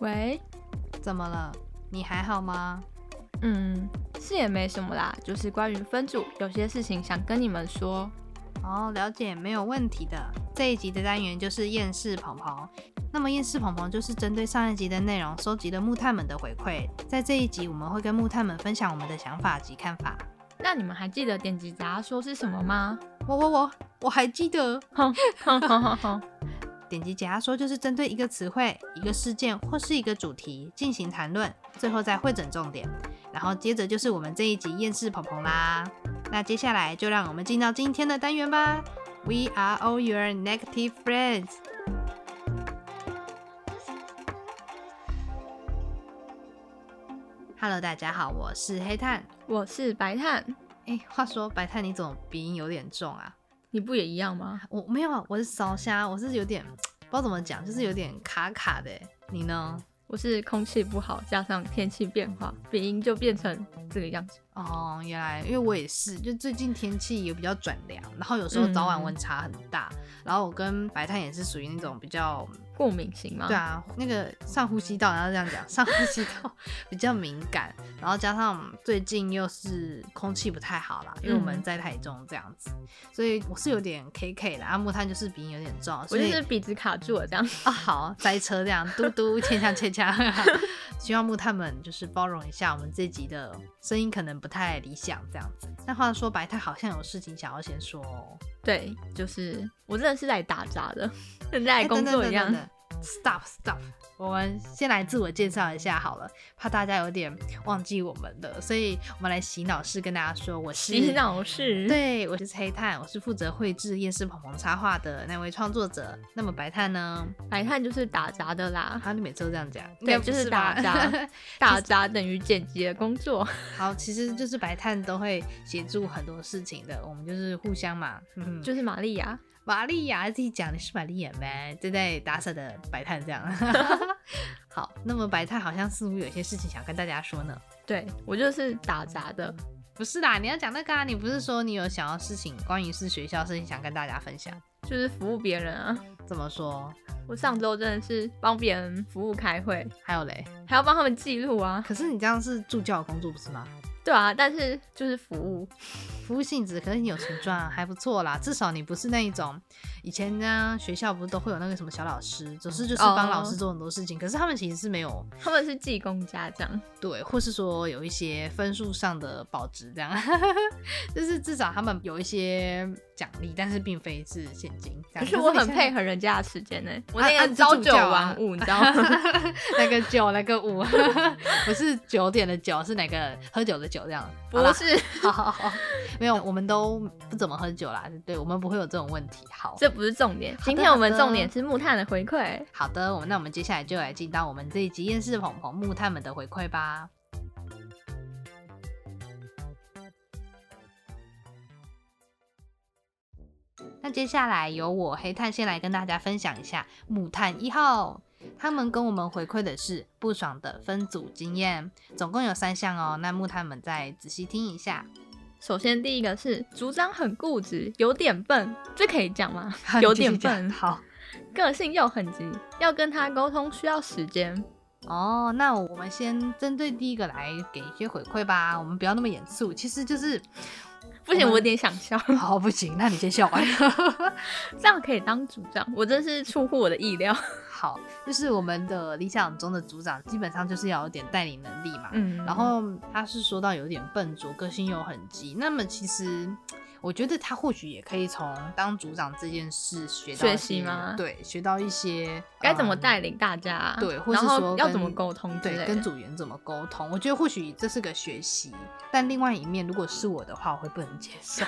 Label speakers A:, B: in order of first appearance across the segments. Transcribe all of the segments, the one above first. A: 喂，
B: 怎么了？你还好吗？
A: 嗯，是也没什么啦，就是关于分组有些事情想跟你们说。
B: 哦，了解，没有问题的。这一集的单元就是厌世鹏鹏。那么厌世鹏鹏就是针对上一集的内容收集了木炭们的回馈，在这一集我们会跟木炭们分享我们的想法及看法。
A: 那你们还记得点击杂说是什么 吗？
B: 我我我我还记得，
A: 哼哼哼哼哼，
B: 点击解压缩就是针对一个词汇、一个事件或是一个主题进行谈论，最后再汇整重点。然后接着就是我们这一集厌世鹏鹏啦。那接下来就让我们进到今天的单元吧。We are all your negative friends。Hello，大家好，我是黑炭。
A: 我是白炭，
B: 哎，话说白炭，你怎么鼻音有点重啊？
A: 你不也一样吗？
B: 我没有，啊，我是烧虾，我是有点不知道怎么讲，就是有点卡卡的欸。你呢？
A: 我是空气不好，加上天气变化，鼻音就变成这个样子。
B: 哦，原来因为我也是，就最近天气也比较转凉，然后有时候
A: 嗯
B: 早晚温差很大，然后我跟白炭也是属于那种比较，
A: 过敏型吗？
B: 对，啊，那个上呼吸道，然后这样讲，上呼吸道比较敏感，然后加上最近又是空气不太好啦，因为我们
A: 嗯
B: 在台中这样子，所以我是有点 KK 的，阿木炭就是鼻音有点重，
A: 我
B: 所
A: 就
B: 以
A: 是鼻子卡住了这 样。
B: 啊，好，塞车这样，嘟嘟，欠呛欠呛。希望木炭们就是包容一下我们这集的声音可能不太理想这样子。但话说白，他好像有事情想要先说哦。
A: 对，就是我真的是来打杂的，跟在
B: 哎
A: 工
B: 等
A: 作
B: 等
A: 一样。
B: 等等 Stop stop，我们先来自我介绍一下好了，怕大家有点忘记我们的，所以我们来洗脑式跟大家说，我是
A: 洗脑式，，
B: 对，我是黑炭，我是负责绘制夜市鹏鹏插画的那位创作者。那么白炭呢？
A: 白炭就是打杂的啦。
B: 啊，你每次都这样讲，应
A: 对
B: 该不
A: 就是
B: 吧
A: 打 杂打杂等于剪辑的工作，
B: 好，其实就是白炭都会协助很多事情的，我们就是互相嘛。嗯，就
A: 就是玛利亚。
B: 玛利亚自己讲你是玛利亚呗，就在打扫的白炭这 样。好，那么白炭好像似乎有些事情想跟大家说呢。
A: 对我就是打杂的，
B: 不是啦，你要讲那个啊，你不是说你有想要事情，关于是学校的事情想跟大家分享？
A: 就是服务别人啊。
B: 怎么说？
A: 我上周真的是帮别人服务开会，
B: 还有嘞，
A: 还要帮他们记录啊。
B: 可是你这样是助教的工作不是吗？
A: 对啊，但是就是服务，
B: 服务性质，可是你有钱赚啊，还不错啦。至少你不是那一种以前呢，学校不是都会有那个什么小老师，总是就是帮
A: 哦
B: 老师做很多事情可是他们其实是没有
A: 他们是技工家长。
B: 对，或是说有一些分数上的保值这样， 就是至少他们有一些奖励，但是并非是现金。
A: 可是我很配
B: 合
A: 合人家的时间呢、我
B: 啊
A: 那
B: 啊
A: 天
B: 你是
A: 朝
B: 助
A: 九
B: 教啊
A: 晚五，你 知道吗？
B: 那个酒，那个五， 不是九点的酒，是哪个喝酒的酒这样？
A: 不
B: 好啦
A: 是，
B: 好好好，没有，我们都不怎么喝酒啦，对我们不会有这种问题。好，
A: 这不是重点。今天
B: 好
A: 我们
B: 的
A: 重点是木炭的回馈。
B: 好的，我们那我们接下来就来进到我们这一集厌世鹏鹏木炭们的回馈吧。那接下来由我黑炭先来跟大家分享一下木炭一号，他们跟我们回馈的是不爽的分组经验，总共有三项哦。那木炭们再仔细听一下，？
A: 首先第一个是组长很固执，有点笨，这可以讲吗 有
B: 你继续
A: 点
B: 讲
A: 笨，
B: 好。
A: 个性又很急，要跟他沟通需要时间。
B: 哦，那我们先针对第一个来给一些回馈吧，我们不要那么严肃，其实就是
A: 不行，
B: 我们
A: 我有点想笑，
B: 好，不行，那你先笑完。
A: 这样可以当组长，我真是出乎我的意料。
B: 好，就是我们的理想中的组长，基本上就是要有点带领能力嘛。
A: 嗯，
B: 然后他是说到有点笨拙，个性又很急。那么其实我觉得他或许也可以从当组长这件事学到一
A: 学
B: 些
A: 习吗
B: 对，学到一些
A: 该怎么
B: 嗯
A: 带领大家、
B: 对或是
A: 然
B: 说
A: 后要
B: 跟
A: 怎么沟通之类
B: 对，
A: 的
B: 跟组员怎么沟通？我觉得或许这是个学习，但另外一面，如果是我的话，我会不能接 受。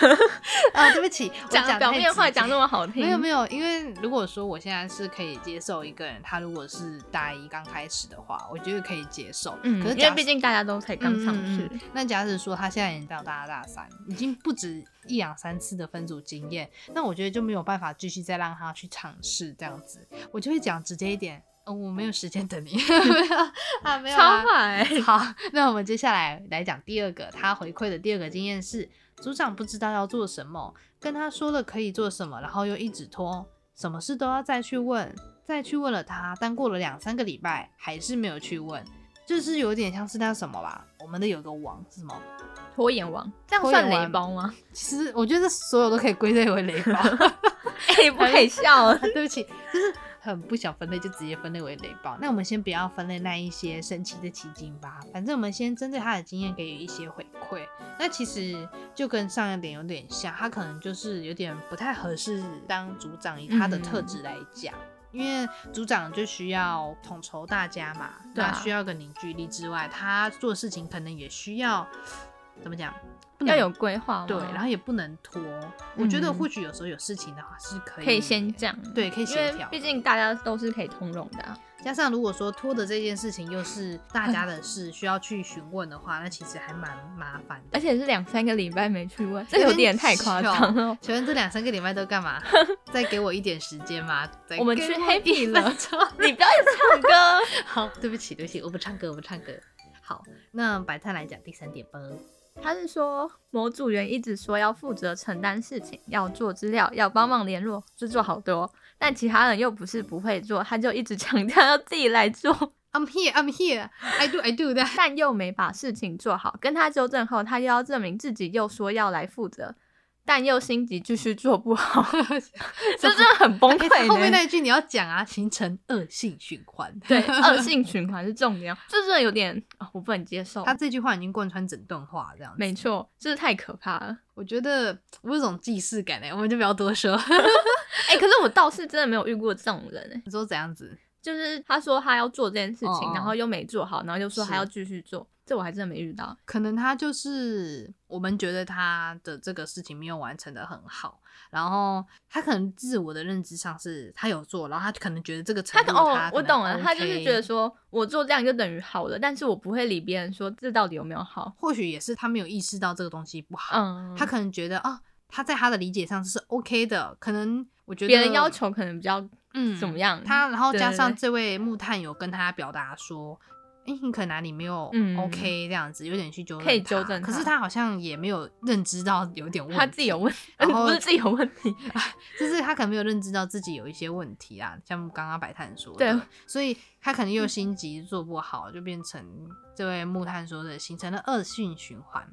B: 啊，对不起，我
A: 讲
B: 讲
A: 表
B: 太
A: 面
B: 直
A: 话
B: 接
A: 讲那么好听，
B: 没有没有，因为如果说我现在是可以接受一个人，他如果是大一刚开始的话，我觉得可以接受。
A: 嗯，
B: 可是
A: 因为
B: 假
A: 毕
B: 使
A: 竟大家都才刚上
B: 嗯
A: 去
B: 嗯，那假使说他现在已经到大二大三，已经不止一两三次的分组经验，那我觉得就没有办法继续再让他去尝试这样子，我就会讲直接一点，嗯、我没有时间等你， 没有啊，没有啊
A: 超坏，
B: 好，那我们接下来来讲第二个，他回馈的第二个经验是，组长不知道要做什么，跟他说了可以做什么，然后又一直拖，什么事都要再去问，再去问了他，但过了两三个礼拜还是没有去问，就是有点像是那什么吧，我们的有个网是什么？
A: 拖延王，这样
B: 拖
A: 算
B: 延
A: 雷
B: 王
A: 包 吗？
B: 其实我觉得所有都可以归类为雷包，
A: 哎、不可以笑啊！
B: 对不起，就是很不想分类，就直接分类为雷暴。那我们先不要分类那一些神奇的奇经吧，反正我们先针对他的经验给予一些回馈。那其实就跟上一点有点像，他可能就是有点不太合适当组长，以他的特质来讲。
A: 嗯
B: 因为组长就需要统筹大家嘛，
A: 对啊
B: 那需要个凝聚力之外，他做事情可能也需要怎么讲，不
A: 要
B: 能
A: 有规划吗，
B: 对，然后也不能拖。我觉得
A: 嗯
B: 或许有时候有事情的话是可以
A: 可以先讲，
B: 对，可以
A: 因
B: 协
A: 为
B: 调。
A: 毕竟大家都是可以通融的啊、
B: 加上如果说拖的这件事情又是
A: 嗯
B: 大家的事，需要去询问的话，那其实还蛮麻烦的。
A: 而且是两三个礼拜没去问，这有
B: 有点
A: 点太夸
B: 糗
A: 张了。
B: 请问这两三个礼拜都干 嘛？再给我一点时间嘛。再
A: 我们
B: 给
A: 去
B: 我
A: happy
B: 一分
A: 了
B: 钟
A: 你不要一直唱歌，
B: 好，对不起，对不起，我不唱歌，我不唱歌。好，那白炭来讲第三点吧。
A: 他是说某组员一直说要负责承担事情，要做资料，要帮忙联络，就做好多。但其他人又不是不会做，他就一直 强调要自己来做，
B: I'm here, I'm here. I do, I do that.
A: 但又没把事情做好。跟他纠正后，他又要证明自己，又说要来负责，但又心急继续做不好， 这真的很崩
B: 哎
A: 溃呢。
B: 后面那一句你要讲啊，形成恶性循环。
A: 对恶性循环是重点，这真的有点、哦我不能接受。
B: 他这句话已经贯穿整段话，这样子。
A: 没错，这是太可怕了。
B: 我觉得我有种既视感哎、我们就不要多说。
A: 哎、可是我倒是真的没有遇过这种人、欸，
B: 你说怎样子？
A: 就是他说他要做这件事情，
B: 哦哦
A: 然后又没做好，然后又说
B: 是
A: 还要继续做，这我还真的没遇到。
B: 可能他就是我们觉得他的这个事情没有完成的很好，然后他可能自我的认知上是他有做，然后他可能觉得这个程
A: 他
B: 度
A: 可
B: 他、
A: 哦，我懂了，他
B: 他
A: 就是觉得，说我做这样就等于好了，但是我不会理别人说这到底有没有好。
B: 或许也是他没有意识到这个东西不好，
A: 嗯，
B: 他可能觉得啊、他在他的理解上是 OK 的，可能我觉得
A: 别人要求可能比较
B: 嗯
A: 怎么样，
B: 他，然后
A: 对
B: 加
A: 对
B: 上
A: 对
B: 这位木炭有跟他表达说，哎、你可能哪里没有
A: 嗯
B: OK 这样子，有点去纠正，
A: 可以纠正
B: 可
A: 他
B: 是他好像也没有认知到有点问题，
A: 他自己有问，
B: 然 后
A: 不是自己有问 题，
B: 就是他可能没有认知到自己有一些问题啊，像刚刚白炭说的，
A: 对， 嗯
B: 所以他可能又心急做不好，就变成这位木炭说的形成了恶性循环。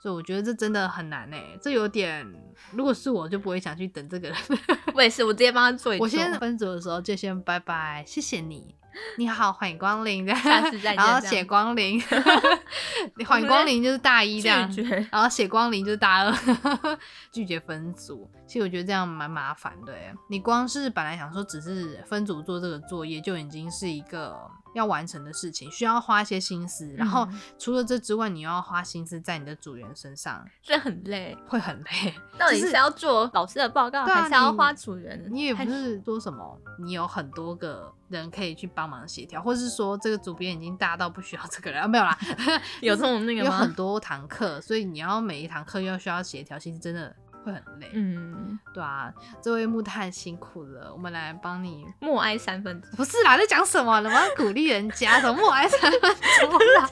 B: 所以我觉得这真的很难哎、这有点，如果是我就不会想去等这个人。
A: 我也是，我直接帮他做一做。
B: 我先分组的时候就先拜拜，谢谢你，你好，欢迎光临，
A: 下次再见
B: 然后
A: 这样
B: 写 光临，欢迎光临就是大一这样
A: 拒。绝，
B: 然后写光临就是大二， 拒绝分组。其实我觉得这样蛮麻烦的耶。你光是本来想说只是分组做这个作业，就已经是一个要完成的事情，需要花一些心思。然后
A: 嗯
B: 除了这之外，你又要花心思在你的组员身上，
A: 这很累。
B: 会很 累。
A: 到底
B: 就是
A: 是要做老师的报告，
B: 对啊
A: 还是要
B: 你
A: 花主人？
B: 你也
A: 还
B: 不是说什么，你有很多个人可以去帮忙协调，或是说这个组编已经大到不需要这个人 啊，没有啦，
A: 有这种那个
B: 有
A: 吗
B: 很？多堂课，所以你要每一堂课又需要协调，其实真的会很累。
A: 嗯，
B: 对啊，这位木炭辛苦了，我们来帮你。
A: 默哀三分 钟。
B: 不是啦，在讲什么呢？我要鼓励人家，怎么默哀三分钟啦？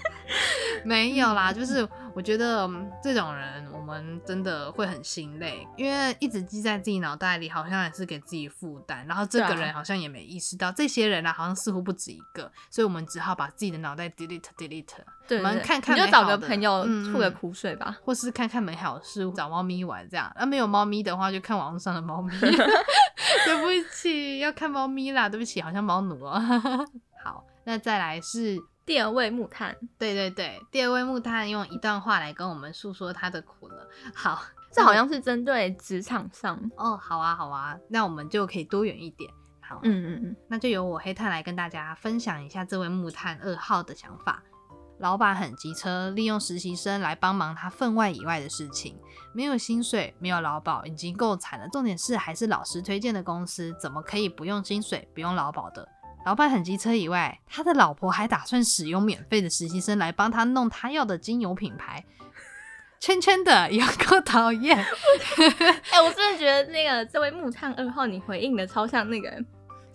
B: 没有啦，就是我觉得嗯这种人，我们真的会很心累，因为一直记在自己脑袋里，好像也是给自己负担。然后这个
A: 对
B: 人
A: 啊
B: 好像也没意识到，这些人啊，好像似乎不止一个，所以我们只好把自己的脑袋 delete delete，
A: 对，
B: 我们
A: 对
B: 看看
A: 你就
B: 美
A: 找
B: 好
A: 个
B: 的
A: 朋友
B: 嗯
A: 吐个
B: 嗯
A: 苦水吧。
B: 或是看看美好的事物，找猫咪玩这样。那、没有猫咪的话，就看网络上的猫咪。 对不起，要看猫咪啦，对不起，好像猫奴哦。 好，那再来是，
A: 第二位木炭，
B: 对对对，第二位木炭用一段话来跟我们诉说他的苦了。好，
A: 这好像是针对职场上，
B: 哦，好啊，好啊，那我们就可以多远一点。好，
A: 嗯嗯嗯，
B: 那就由我黑炭来跟大家分享一下这位木炭二号的想法。老板很急车，利用实习生来帮忙他分外以外的事情，没有薪水，没有劳保，已经够惨了。重点是还是老师推荐的公司，怎么可以不用薪水、不用劳保的？老板很机车以外，他的老婆还打算使用免费的实习生来帮他弄他要的精油品牌，圈圈的也够讨厌。
A: 哎、我真的觉得那个这位木炭二号，你回应的超像那个，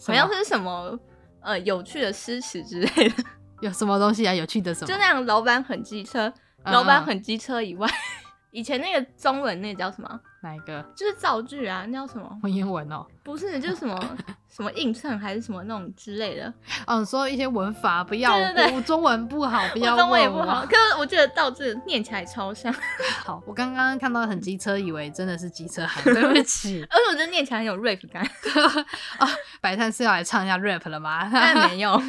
A: 好像是什么呃有趣的诗词之类的，
B: 有什么东西啊？有趣的什么？
A: 就那样老板很机车，
B: 嗯
A: 老板很机车以外， 以前那个中文那个叫什么？
B: 哪一个
A: 就是造句啊，那叫什么？
B: 文言文哦？
A: 不是，就是什么什么映衬还是什么那种之类的，
B: 嗯，说一些文法不要，
A: 对对对
B: 我中文不好，不要
A: 我中文也
B: 问啊
A: 不好，可是我觉得倒字念起来超像，而
B: 好，我刚刚看到很机车，以为真的是机车行，对不起
A: 且我觉得念起来很有 rap 感，
B: 啊！白炭是要来唱一下 rap 了吗？
A: 但 没有。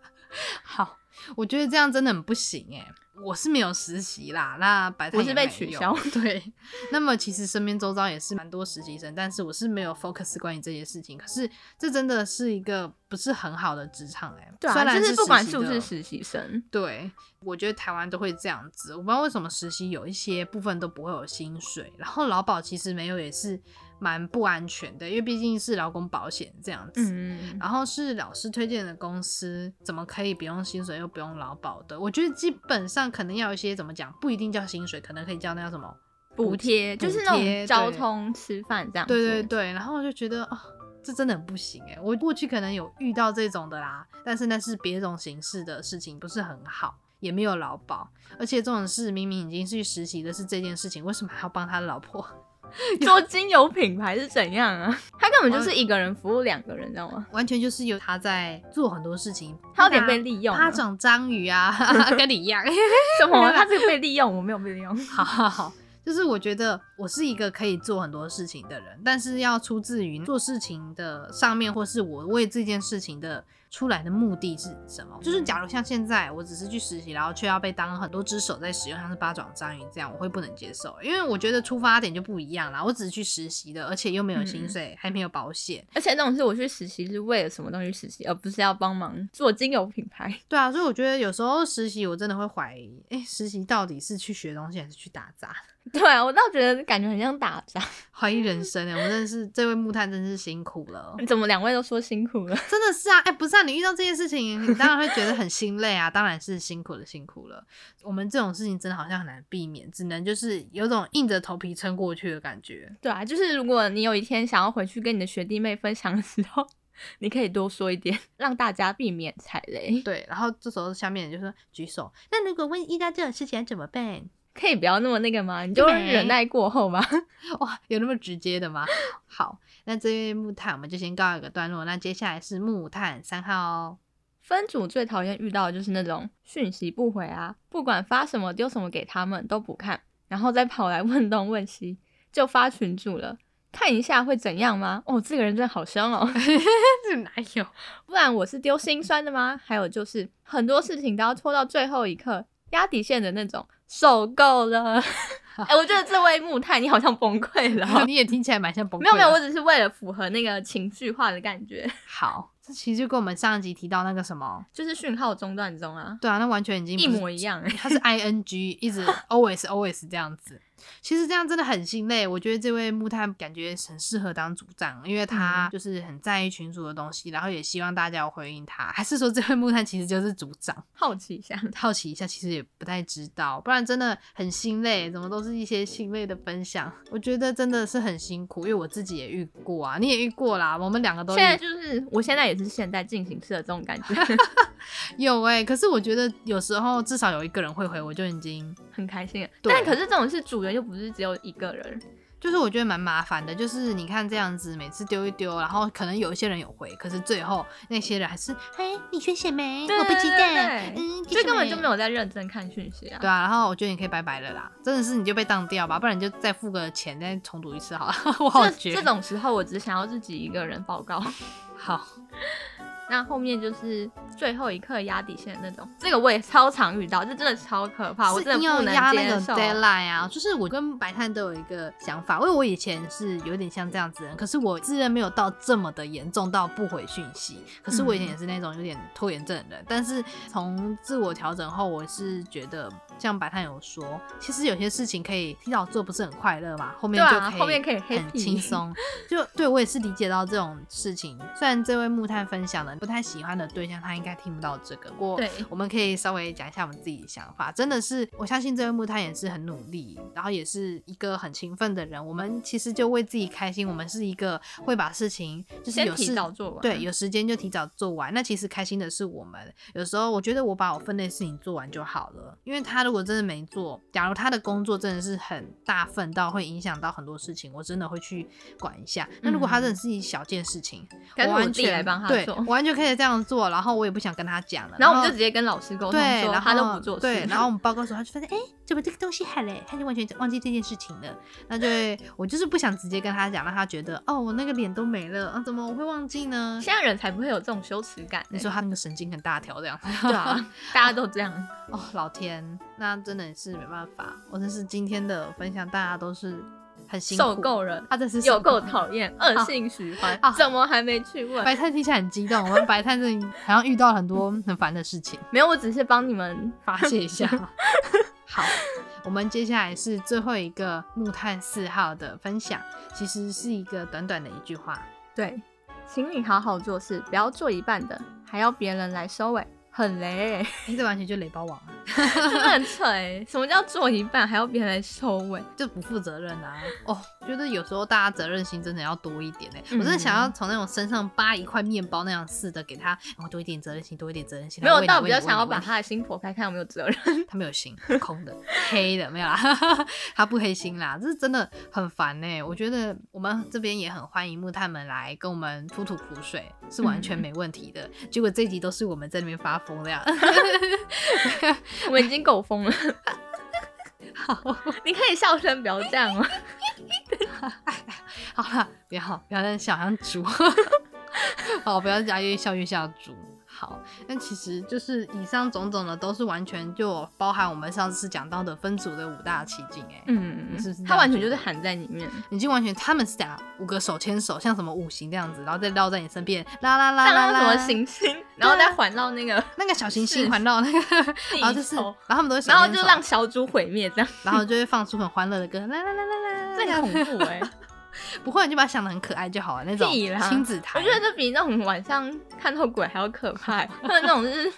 B: 好，我觉得这样真的很不行哎。我是没有实习啦，那白炭
A: 我是
B: 也
A: 被
B: 没
A: 取
B: 有
A: 消
B: 对，那么其实身边周遭也是蛮多实习生，但是我是没有 focus 关于这些事情。可是这真的是一个不是很好的职场哎、
A: 对
B: 虽
A: 啊，
B: 然
A: 就是是不管
B: 实习
A: 是不
B: 的
A: 是实习生，
B: 对，我觉得台湾都会这样子，我不知道为什么实习有一些部分都不会有薪水，然后劳保其实没有也是蛮不安全的，因为毕竟是劳工保险这样子。
A: 嗯，
B: 然后是老师推荐的公司，怎么可以不用薪水又不用劳保的？我觉得基本上可能要有一些怎么讲，不一定叫薪水，可能可以叫那叫什么？
A: 补贴
B: 补
A: 就是那种
B: 贴
A: 交
B: 对
A: 通、吃饭这样子。
B: 对对对。然后我就觉得啊、这真的很不行哎、我过去可能有遇到这种的啦，但是那是别种形式的事情，不是很好，也没有劳保，而且这种事明明已经去实习的是这件事情，为什么还要帮他老婆？
A: 做精油品牌是怎样啊？他根本就是一个人服务两个人，你知道吗？
B: 完全就是有他在做很多事情，
A: 啊他有啊点被利用了，
B: 他长章鱼 啊，跟你一样。
A: 什么？他这个被利用，我没有被利用。
B: 好好好， 就是我觉得我是一个可以做很多事情的人，但是要出自于做事情的上面，或是我为这件事情的出来的目的是什么。就是假如像现在我只是去实习，然后却要被当很多只手在使用，像是八爪章鱼这样，我会不能接受，因为我觉得出发点就不一样啦。我只是去实习的，而且又没有薪水，还没有保险，
A: 而且那种是我去实习是为了什么东西实习，而不是要帮忙做精油品牌。
B: 对啊，所以我觉得有时候实习我真的会怀疑，哎、实习到底是去学东西还是去打杂？
A: 对啊，我倒觉得感觉很像打杂。
B: 怀疑人生哎、我真的是这位木炭真是辛苦了。
A: 怎么两位都说辛苦了？
B: 真的是啊，哎、不是啊，你遇到这件事情，你当然会觉得很心累啊，当然是辛苦了，辛苦了。我们这种事情真的好像很难避免，只能就是有种硬着头皮撑过去的感觉。
A: 对啊，就是如果你有一天想要回去跟你的学弟妹分享的时候， 你可以多说一点， 让大家避免踩雷。
B: 对，然后这时候下面就说举手，那如果问遇到这种事情怎么办？
A: 可以不要那么那个吗？你就忍耐过后吧。
B: 哇，有那么直接的吗？ 好，那这位木炭我们就先告一个段落，那接下来是木炭三号哦。
A: 分组最讨厌遇到的就是那种讯息不回啊，不管发什么丢什么给他们都不看，然后再跑来问东问西，就发群主了。看一下会怎样吗？哦，这个人真的好凶哦！
B: 这哪有？
A: 不然我是丢心酸的吗？还有就是很多事情都要拖到最后一刻，压底线的那种，受够了。 哎、我觉得这位木 炭你好像崩溃了哦。
B: 你也听起来蛮像崩溃
A: 没
B: 的。
A: 有没有，我只是为了符合那个情绪化的感觉，
B: 好，这其实就跟我们上一集提到那个什么，
A: 就是讯号中断中啊，
B: 对啊，那完全已经
A: 一
B: 不是
A: 模一 样哎、
B: 他是 I N G，一 直 always always 这样子。其实这样真的很心累，我觉得这位木炭感觉很适合当组长，因为他
A: 嗯
B: 就是很在意群主的东西，然后也希望大家有回应他。还是说这位木炭其实就是组长？
A: 好奇一下。
B: 好奇一下，其实也不太知道，不然真的很心累，怎么都是一些心累的分享。我觉得真的是很辛苦，因为我自己也遇过啊，你也遇过啦，我们两个都遇
A: 现在就是，我现在也是现在进行式的这种 感觉，
B: 有哎、可是我觉得有时候至少有一个人会回，我就已经
A: 很开心啊。
B: 对
A: 但可是这种事，主人又不是只有一个人，
B: 就是我觉得蛮麻烦的，就是你看这样子，每次丢一丢，然后可能有一些人有回，可是最后那些人还是，哎，你缺血没？
A: 对
B: 我不
A: 对
B: 记
A: 对
B: 得，
A: 对
B: 嗯，缺
A: 这
B: 血
A: 根本就没
B: 没。
A: 有在认真看讯息啊
B: 对。啊，然后我觉得你可以拜拜了啦，真的是你就被当掉吧，不然你就再付个钱再重读一次好了。 我好
A: 这
B: 绝，
A: 这种时候，我只想要自己一个人报告。
B: 好，
A: 那后面就是最后一刻压底线的那种，这个我也超常遇到，这真的超可怕，我
B: 是
A: 真
B: 硬
A: 的
B: 要
A: 不能
B: 压那
A: 接
B: 个
A: 受。
B: deadline 啊，就是我跟白炭都有一个想法，因为我以前是有点像这样子的人，可是我自认没有到这么的严重到不回讯息，可是我以
A: 嗯
B: 前也是那种有点拖延症的人，但是从自我调整后，我是觉得像白炭有说，其实有些事情可以提早做，不是很快乐嘛，后面
A: 对
B: 就
A: 啊
B: 可以
A: 后面可以 happy
B: 很轻松， 就对我也是理解到这种事情。虽然这位木炭分享的不太喜欢的对象，他应该听不到这个，不过
A: 对
B: 我们可以稍微讲一下我们自己的想法。真的是，我相信这位木炭也是很努力，然后也是一个很勤奋的人。我们其实就为自己开心，我们是一个会把事情就是
A: 先
B: 有
A: 提
B: 事
A: 早做完。
B: 对，有时间就提早做完。那其实开心的是我们。有时候我觉得我把我分内事情做完就好了，因为他如如果真的没做，假如他的工作真的是很大份到会影响到很多事情，我真的会去管一下。那如果他真的是一小件事情，
A: 嗯干脆
B: 我
A: 我
B: 完
A: 自己
B: 全
A: 来帮他
B: 对，
A: 做
B: 我完全可以这样做，然后我也不想跟他讲了，
A: 然后我们就直接跟老师沟通
B: 对，
A: 说
B: 然后
A: 他都不做事，
B: 对，然后我们报告的时候，他就发现，哎、怎么这个东西还嘞？他就完全忘记这件事情了。那就会我就是不想直接跟他讲，让他觉得，哦，我那个脸都没了，啊，怎么我会忘记呢？
A: 现在人才不会有这种羞耻感欸、
B: 你说他那个神经很大条这样，
A: 对啊，大家都这样。
B: 哦，老天，那真的是没办法，我真是今天的分享，大家都是很辛苦，
A: 受够了
B: 啊，真是
A: 有
B: 受
A: 够
B: 了
A: 讨厌，恶性循环
B: 啊，哎
A: 怎么还没去问？
B: 白炭听起来很激动，我们白炭这里好像遇到很多很烦的事情，
A: 没有，我只是帮你们
B: 发泄一下。 好，我们接下来是最后一个木炭四号的分享，其实是一个短短的一句话。
A: 对，请你好好做事，不要做一半的，还要别人来收尾，很雷、欸，
B: 哎、这完全就雷包王啊，
A: 真的很扯哎、什么叫做一半还要别人来收尾？
B: 就不负责任啊！哦，觉得有时候大家责任心真的要多一点哎、
A: 嗯
B: 我真的想要从那种身上扒一块面包那样似的给他，然后多一点责任心，多一点责任心。
A: 没有，
B: 来喂你
A: 但我比
B: 喂
A: 较
B: 你
A: 想要
B: 喂
A: 把
B: 你
A: 他的心剖开，看有没有责任。
B: 他没有心，空的、 黑的，没有啦，他不黑心啦，这是真的很烦呢、我觉得我们这边也很欢迎木炭们来跟我们吐吐苦水，是完
A: 嗯
B: 全没问题的。结果这一集都是我们在那边发疯这样。
A: 我们已经够 疯了，你可以笑声不要这样吗？
B: 好啦，不要不要再笑，像猪。 好，不要加越笑越像猪。好，那其实就是以上种种的都是完全就包含我们上次讲到的分组的五大奇境哎、
A: 嗯
B: 是不是这样
A: 他完全
B: 觉
A: 就
B: 得
A: 是含在里面，
B: 已经完全他们是打五个手牵手，像什么五行这样子，然后再绕在你身边，啦啦啦
A: 像
B: 啦
A: 那
B: 啦，
A: 什么行星，然后再环绕那个，
B: 那个小行
A: 是
B: 星环绕那个，然后啊哦就
A: 地
B: 是，
A: 球
B: 然后他们都会手牵
A: 然
B: 手，
A: 后就让小猪毁灭这样，
B: 然后就会放出很欢乐的歌，啦啦啦啦啦，
A: 这很恐怖
B: 欸
A: 哎、
B: 不会你就把它想的很可爱就好了，那种
A: 屁啦
B: 亲子 台，
A: 我觉得这比那种晚上看到鬼还要可怕，或者那种就是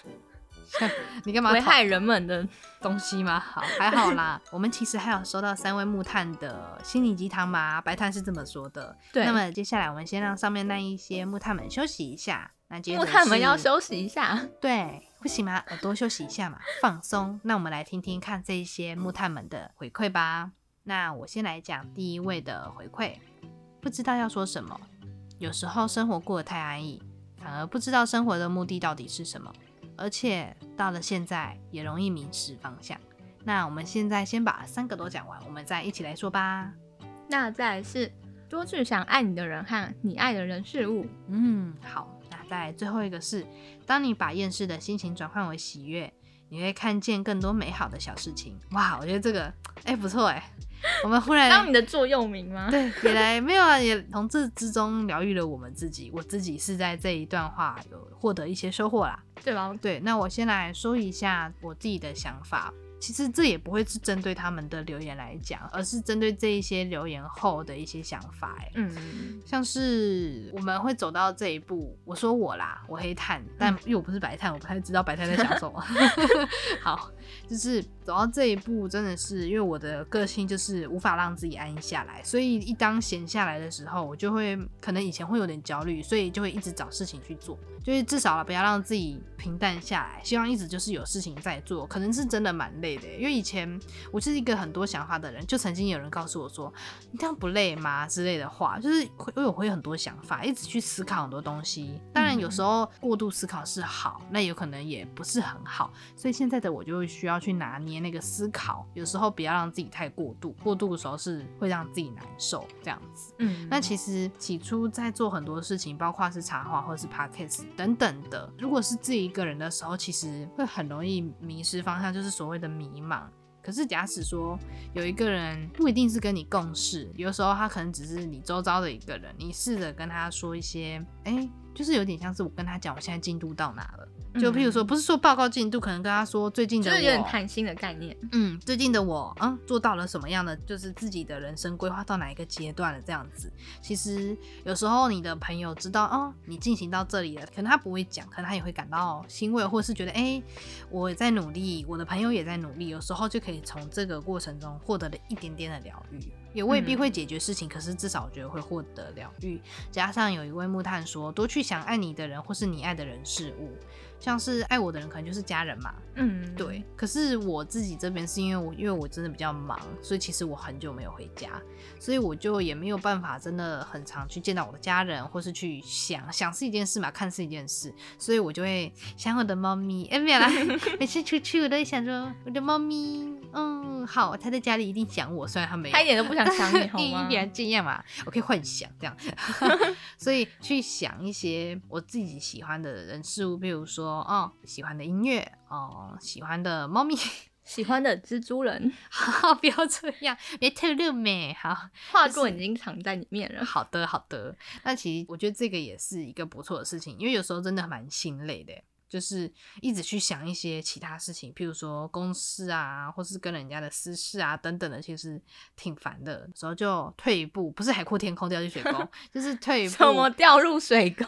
B: 你干嘛
A: 危
B: 讨
A: 害人们的。
B: 东西吗？好，还好啦。 我们其实还有收到三位木炭的心灵鸡汤嘛，白炭是这么说的。
A: 对
B: 那么接下来我们先让上面那一些木炭们休息一下，那接着
A: 木炭们
B: 是
A: 要休息一下，
B: 对，不行吗？耳朵休息一下嘛，放松。那我们来听听看这一些木炭们的回馈吧。那我先来讲第一位的回馈，不知道要说什么。有时候生活过得太安逸，反而不知道生活的目的到底是什么，而且到了现在也容易迷失方向。那我们现在先把三个都讲完，我们再一起来说吧。
A: 那再来是多去想爱你的人和你爱的人事物。
B: 嗯，好，那再来最后一个是，当你把厌世的心情转换为喜悦，你会看见更多美好的小事情。哇，我觉得这个，哎、不错哎、我们忽
A: 当
B: 然
A: 你的座右铭吗？
B: 对也来没有啊，也从这之中疗愈了我们自己。我自己是在这一段话有获得一些收获啦。
A: 对吧？
B: 对，那我先来说一下我自己的想法。其实这也不会是针对他们的留言来讲，而是针对这一些留言后的一些想法、哎，
A: 嗯，
B: 像是我们会走到这一步，我说我啦，我黑炭，但因为我不是白炭，我不太知道白炭在想什么。好，就是走到这一步，真的是因为我的个性就是无法让自己安逸下来，所以一当闲下来的时候，我就会可能以前会有点焦虑，所以就会一直找事情去做，就是至少不要让自己平淡下来，希望一直就是有事情在做，可能是真的蛮累的，欸因为以前我是一个很多想法的人，就曾经有人告诉我说，你这样不累吗之类的话，就是会因为我会有很多想法，一直去思考很多东西。当然，有时候过度思考是好，那有可能也不是很好。所以现在的我就需要去拿捏那个思考，有时候不要让自己太过度，过度的时候是会让自己难受这样子。
A: 嗯，
B: 那其实起初在做很多事情，包括是插画或是 podcast 等等的，如果是自己一个人的时候，其实会很容易迷失方向，就是所谓的迷茫。可是假使说有一个人不一定是跟你共事，有时候他可能只是你周遭的一个人，你试着跟他说一些，哎、就是有点像是我跟他讲我现在进度到哪了，就譬如说不是说报告进度，可能跟他说最近
A: 嗯，
B: 的
A: 就
B: 我
A: 是有点谈心的概念。
B: 嗯，最近的我，嗯，做到了什么样的，就是自己的人生规划到哪一个阶段了，这样子。其实有时候你的朋友知道，哦，你进行到这里了，可能他不会讲，可能他也会感到欣慰，或是觉得，哎、我也在努力，我的朋友也在努力。有时候就可以从这个过程中获得了一点点的疗愈。也未必
A: 嗯
B: 会解决事情，可是至少我觉得会获得疗愈。加上有一位木炭说，多去想爱你的人或是你爱的人事物，像是爱我的人可能就是家人嘛，
A: 嗯，
B: 对，，可是我自己这边是因为我因为我真的比较忙，所以其实我很久没有回家，所以我就也没有办法真的很常去见到我的家人，或是去想想是一件事嘛，看是一件事，所以我就会想我的猫咪。哎、没有啦，每次出去我都会想说我的猫咪，嗯，好，它在家里一定想我，虽然它没有
A: 他一。点都不想想 你，好
B: 第一
A: 吗？
B: 遍这样嘛，我可以幻想这 样，所以去想一些我自己喜欢的人事物，比如说哦，喜欢的音乐，哦，喜欢的猫咪，
A: 喜欢的蜘蛛人，
B: 好，不要这样，别透露美，好，
A: 画棍已经藏在里面了。
B: 好的，好的。那其实我觉得这个也是一个不错的事情，因为有时候真的蛮心累的，就是一直去想一些其他事情，譬如说公事啊，或是跟人家的私事啊等等的，其实挺烦的。有时候就退一步，不是海阔天空掉进水沟，就是退一步，
A: 怎么掉入水 沟？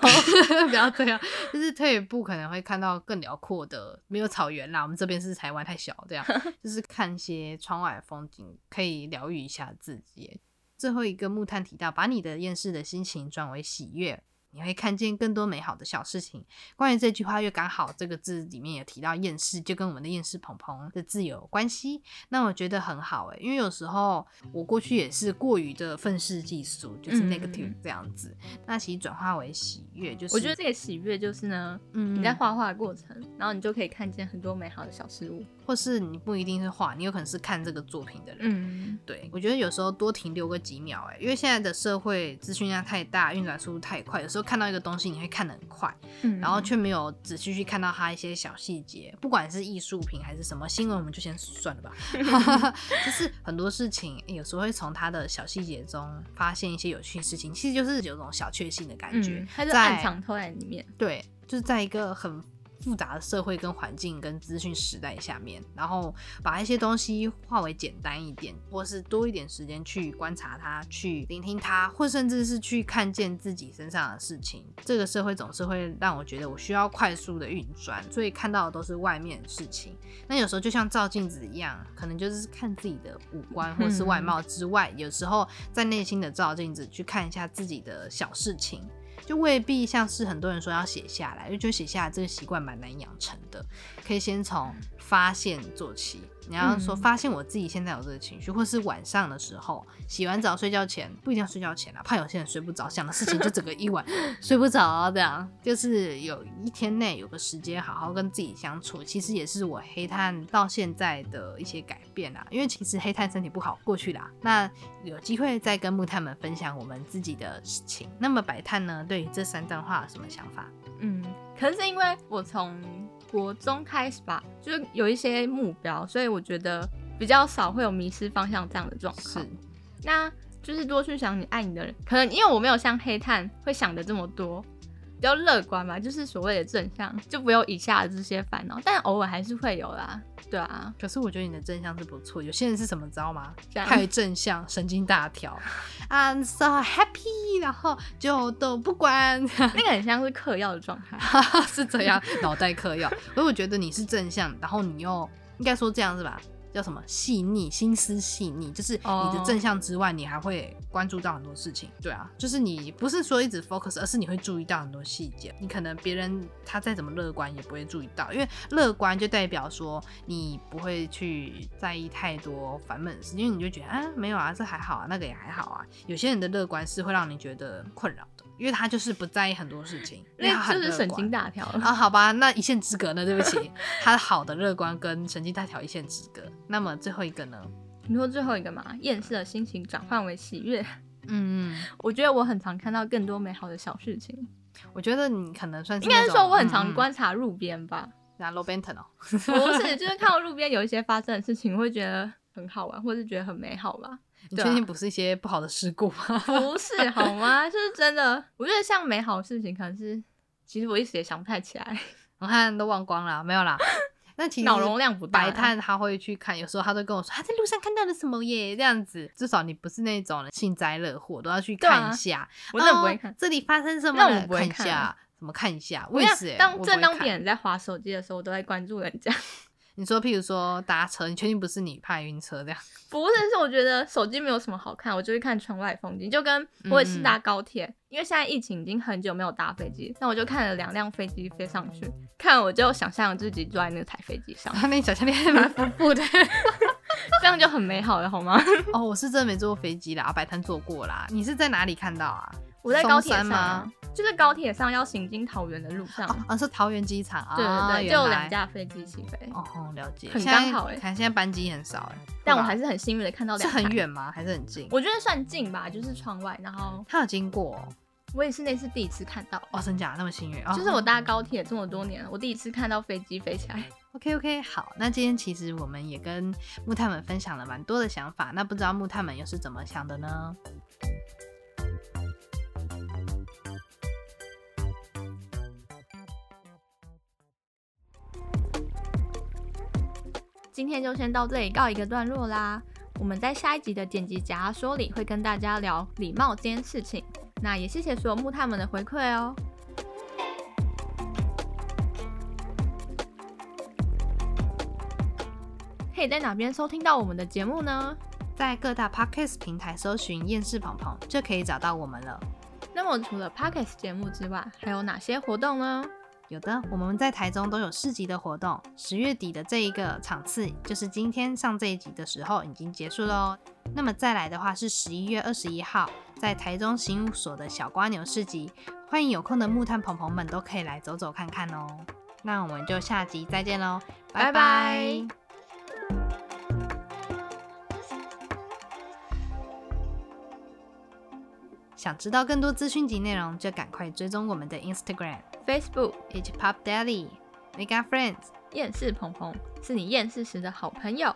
B: 不要这样，就是退一步可能会看到更辽阔的，没有草原啦，我们这边是台湾太小，这样就是看一些窗外的风景，可以疗愈一下自己。最后一个木炭提到，把你的厌世的心情转为喜悦，你会看见更多美好的小事情。关于这句话，又刚好这个字里面也提到厌世，就跟我们的厌世鹏鹏的字有关系。那我觉得很好欸诶、因为有时候我过去也是过于的愤世嫉俗，就是
A: 嗯
B: negative 这样子。那其实转化为喜悦，就是
A: 我觉得这个喜悦就是呢，
B: 嗯
A: 你在画画的过程，然后你就可以看见很多美好的小事物。
B: 或是你不一定是画，你有可能是看这个作品的人。
A: 嗯，
B: 对，我觉得有时候多停留个几秒、哎，因为现在的社会资讯量太大，运转速度太快，有时候看到一个东西你会看得很快，
A: 嗯
B: 然后却没有仔细去看到它一些小细节，不管是艺术品还是什么新闻，我们就先算 了吧。就是很多事情、哎有时候会从它的小细节中发现一些有趣的事情，其实就是有种小确幸的感觉。
A: 嗯，它就
B: 在
A: 暗藏偷在里面。
B: 对，就是在一个很复杂的社会跟环境跟资讯时代下面，然后把一些东西化为简单一点，或是多一点时间去观察它，去聆听它，或甚至是去看见自己身上的事情。这个社会总是会让我觉得我需要快速的运转，所以看到的都是外面的事情。那有时候就像照镜子一样，可能就是看自己的五官或是外貌之外，有时候在内心的照镜子去看一下自己的小事情，就未必像是很多人说要写下来，因为觉得写下来这个习惯蛮难养成的，可以先从发现做起。你要说
A: 嗯
B: 发现我自己现在有这个情绪，或是晚上的时候洗完澡睡觉前，不一定要睡觉前啊，怕有些人睡不着，想的事情就整个一晚睡不着，啊这样就是有一天内有个时间好好跟自己相处，其实也是我黑炭到现在的一些改变啦。因为其实黑炭身体不好过去啦，那有机会再跟木炭们分享我们自己的事情。那么白炭呢，对于这三段话有什么想法？
A: 嗯，可能是因为我从国中开始吧，就是有一些目标，所以我觉得比较少会有迷失方向这样的状况。
B: 是，
A: 那就是多去想你爱你的人。可能因为我没有像黑炭会想的这么多，比较乐观吧，就是所谓的正向，就不用以下的这些烦恼，但偶尔还是会有啦。对啊，
B: 可是我觉得你的真相是不错。有些人是什么，知道吗？
A: 这样
B: 太正向，神经大条 ，I'm so happy，然后就都不管。
A: 那个很像是嗑药的状态。
B: 是这样，脑袋嗑药。所以我觉得你是正向，然后你又应该说这样是吧？叫什么细腻，心思细腻，就是
A: 哦
B: 你的正向之外，你还会关注到很多事情。对啊，就是你不是说一直 focus，而是你会注意到很多细节。你可能别人他再怎么乐观也不会注意到，因为乐观就代表说你不会去在意太多烦闷的事，因为你就觉得啊没有啊，这还好啊，那个也还好啊。有些人的乐观是会让你觉得困扰的，因为他就是不在意很多事情，因为他
A: 那
B: 很
A: 就是
B: 乐
A: 神
B: 观
A: 经大 条了。
B: 啊，好吧，那一线之隔呢？对不起，他的好的乐观跟神经大条一线之隔。那么最后一个呢？
A: 你说最后一个嘛，厌世的心情转换为喜悦。
B: 嗯，
A: 我觉得我很常看到更多美好的小事情，
B: 我觉得你可能算
A: 应
B: 是
A: 该是
B: 那
A: 说
B: 种
A: 我很
B: 嗯
A: 常
B: 嗯
A: 观察路边 吧。
B: 那 low benton 哦，
A: 不是，就是看到路边有一些发生的事情，我会觉得很好玩，或是觉得很美好吧。
B: 你
A: 对
B: 确
A: 啊
B: 定不是一些不好的事故 吗？
A: 不是好吗？ 就是真的，我觉得像美好的事情，可能是其实我一时也想不太起来，
B: 我看都忘光了，啊没 有啦。那其实
A: 脑容量不大。啊
B: 白炭他会去看，有时候他都跟我说他在路上看到了什么耶，这样子。至少你不是那种幸灾乐祸，都要去
A: 对啊
B: 看一下。
A: 我真的不
B: 哦
A: 会看。
B: 这里发生什么
A: 那
B: 了，
A: 我不会
B: 看
A: 看
B: 一下，怎么看一下？我
A: 我
B: 也
A: 想
B: 是耶，我
A: 当
B: 不
A: 正
B: 会
A: 当
B: 看
A: 别人在划手机的时候，我都在关注人家。
B: 你说，譬如说搭车，你确定不是你怕晕车这样？
A: 不是，是我觉得手机没有什么好看，我就会看窗外风景，就跟
B: 嗯
A: 我也是搭高铁，因为现在疫情已经很久没有搭飞机，那我就看了两辆飞机飞上去，看我就想象自己坐在那台飞机上，
B: 那你想象力还 蛮丰富的。
A: 这样就很美好了，好吗？
B: 哦，我是真的没坐过飞机啦，白滩坐过啦。你是在哪里看到啊？
A: 我在高铁
B: 松
A: 上
B: 山吗
A: 啊，就是高铁上要行经桃园的路上，
B: 哦，啊是桃园机场啊，
A: 嗯对对对，
B: 原
A: 就有
B: 来
A: 两。架飞机起飞，
B: 哦，了解，
A: 很
B: 现在
A: 刚好欸嗯
B: 看现在班机很少哎，
A: 但我还
B: 是
A: 是很幸运的看到
B: 是
A: 两台，
B: 很，远吗？还是很近？
A: 我觉得算近吧，就是窗外，然后
B: 他有经过哦
A: 我也是那次第一次看到，
B: 哦，真假那么幸运哦。
A: 就是我搭高铁这么多年，我第一次看到飞机飞起来。
B: OK OK，好，那今天其实我们也跟木炭们分享了蛮多的想法，那不知道木炭们又是怎么想的呢？
A: 今天就先到这里告一个段落啦。我们在下一集的剪辑夹说里会跟大家聊礼貌这件事情。那也谢谢所有木炭们的回馈哦。可以在哪边收听到我们的节目呢？
B: 在各大 Podcast 平台搜寻“厌世鹏鹏”就可以找到我们了。
A: 那么除了 Podcast 节目之外，还有哪些活动呢？
B: 有的，我们在台中都有市集的活动，十月底的这一个场次，就是今天上这一集的时候已经结束喽。那么再来的话是十一月二十一号，在台中刑务所的小瓜牛市集，欢迎有空的木炭朋朋们都可以来走走看看哦。那我们就下集再见喽，拜
A: 拜拜
B: 拜想知道更多资讯及内容，就赶快追踪我们的 Instagram
A: Facebook
B: H Pop Daily Mega Friends。
A: 厌世鹏鹏是你厌世时的好朋友。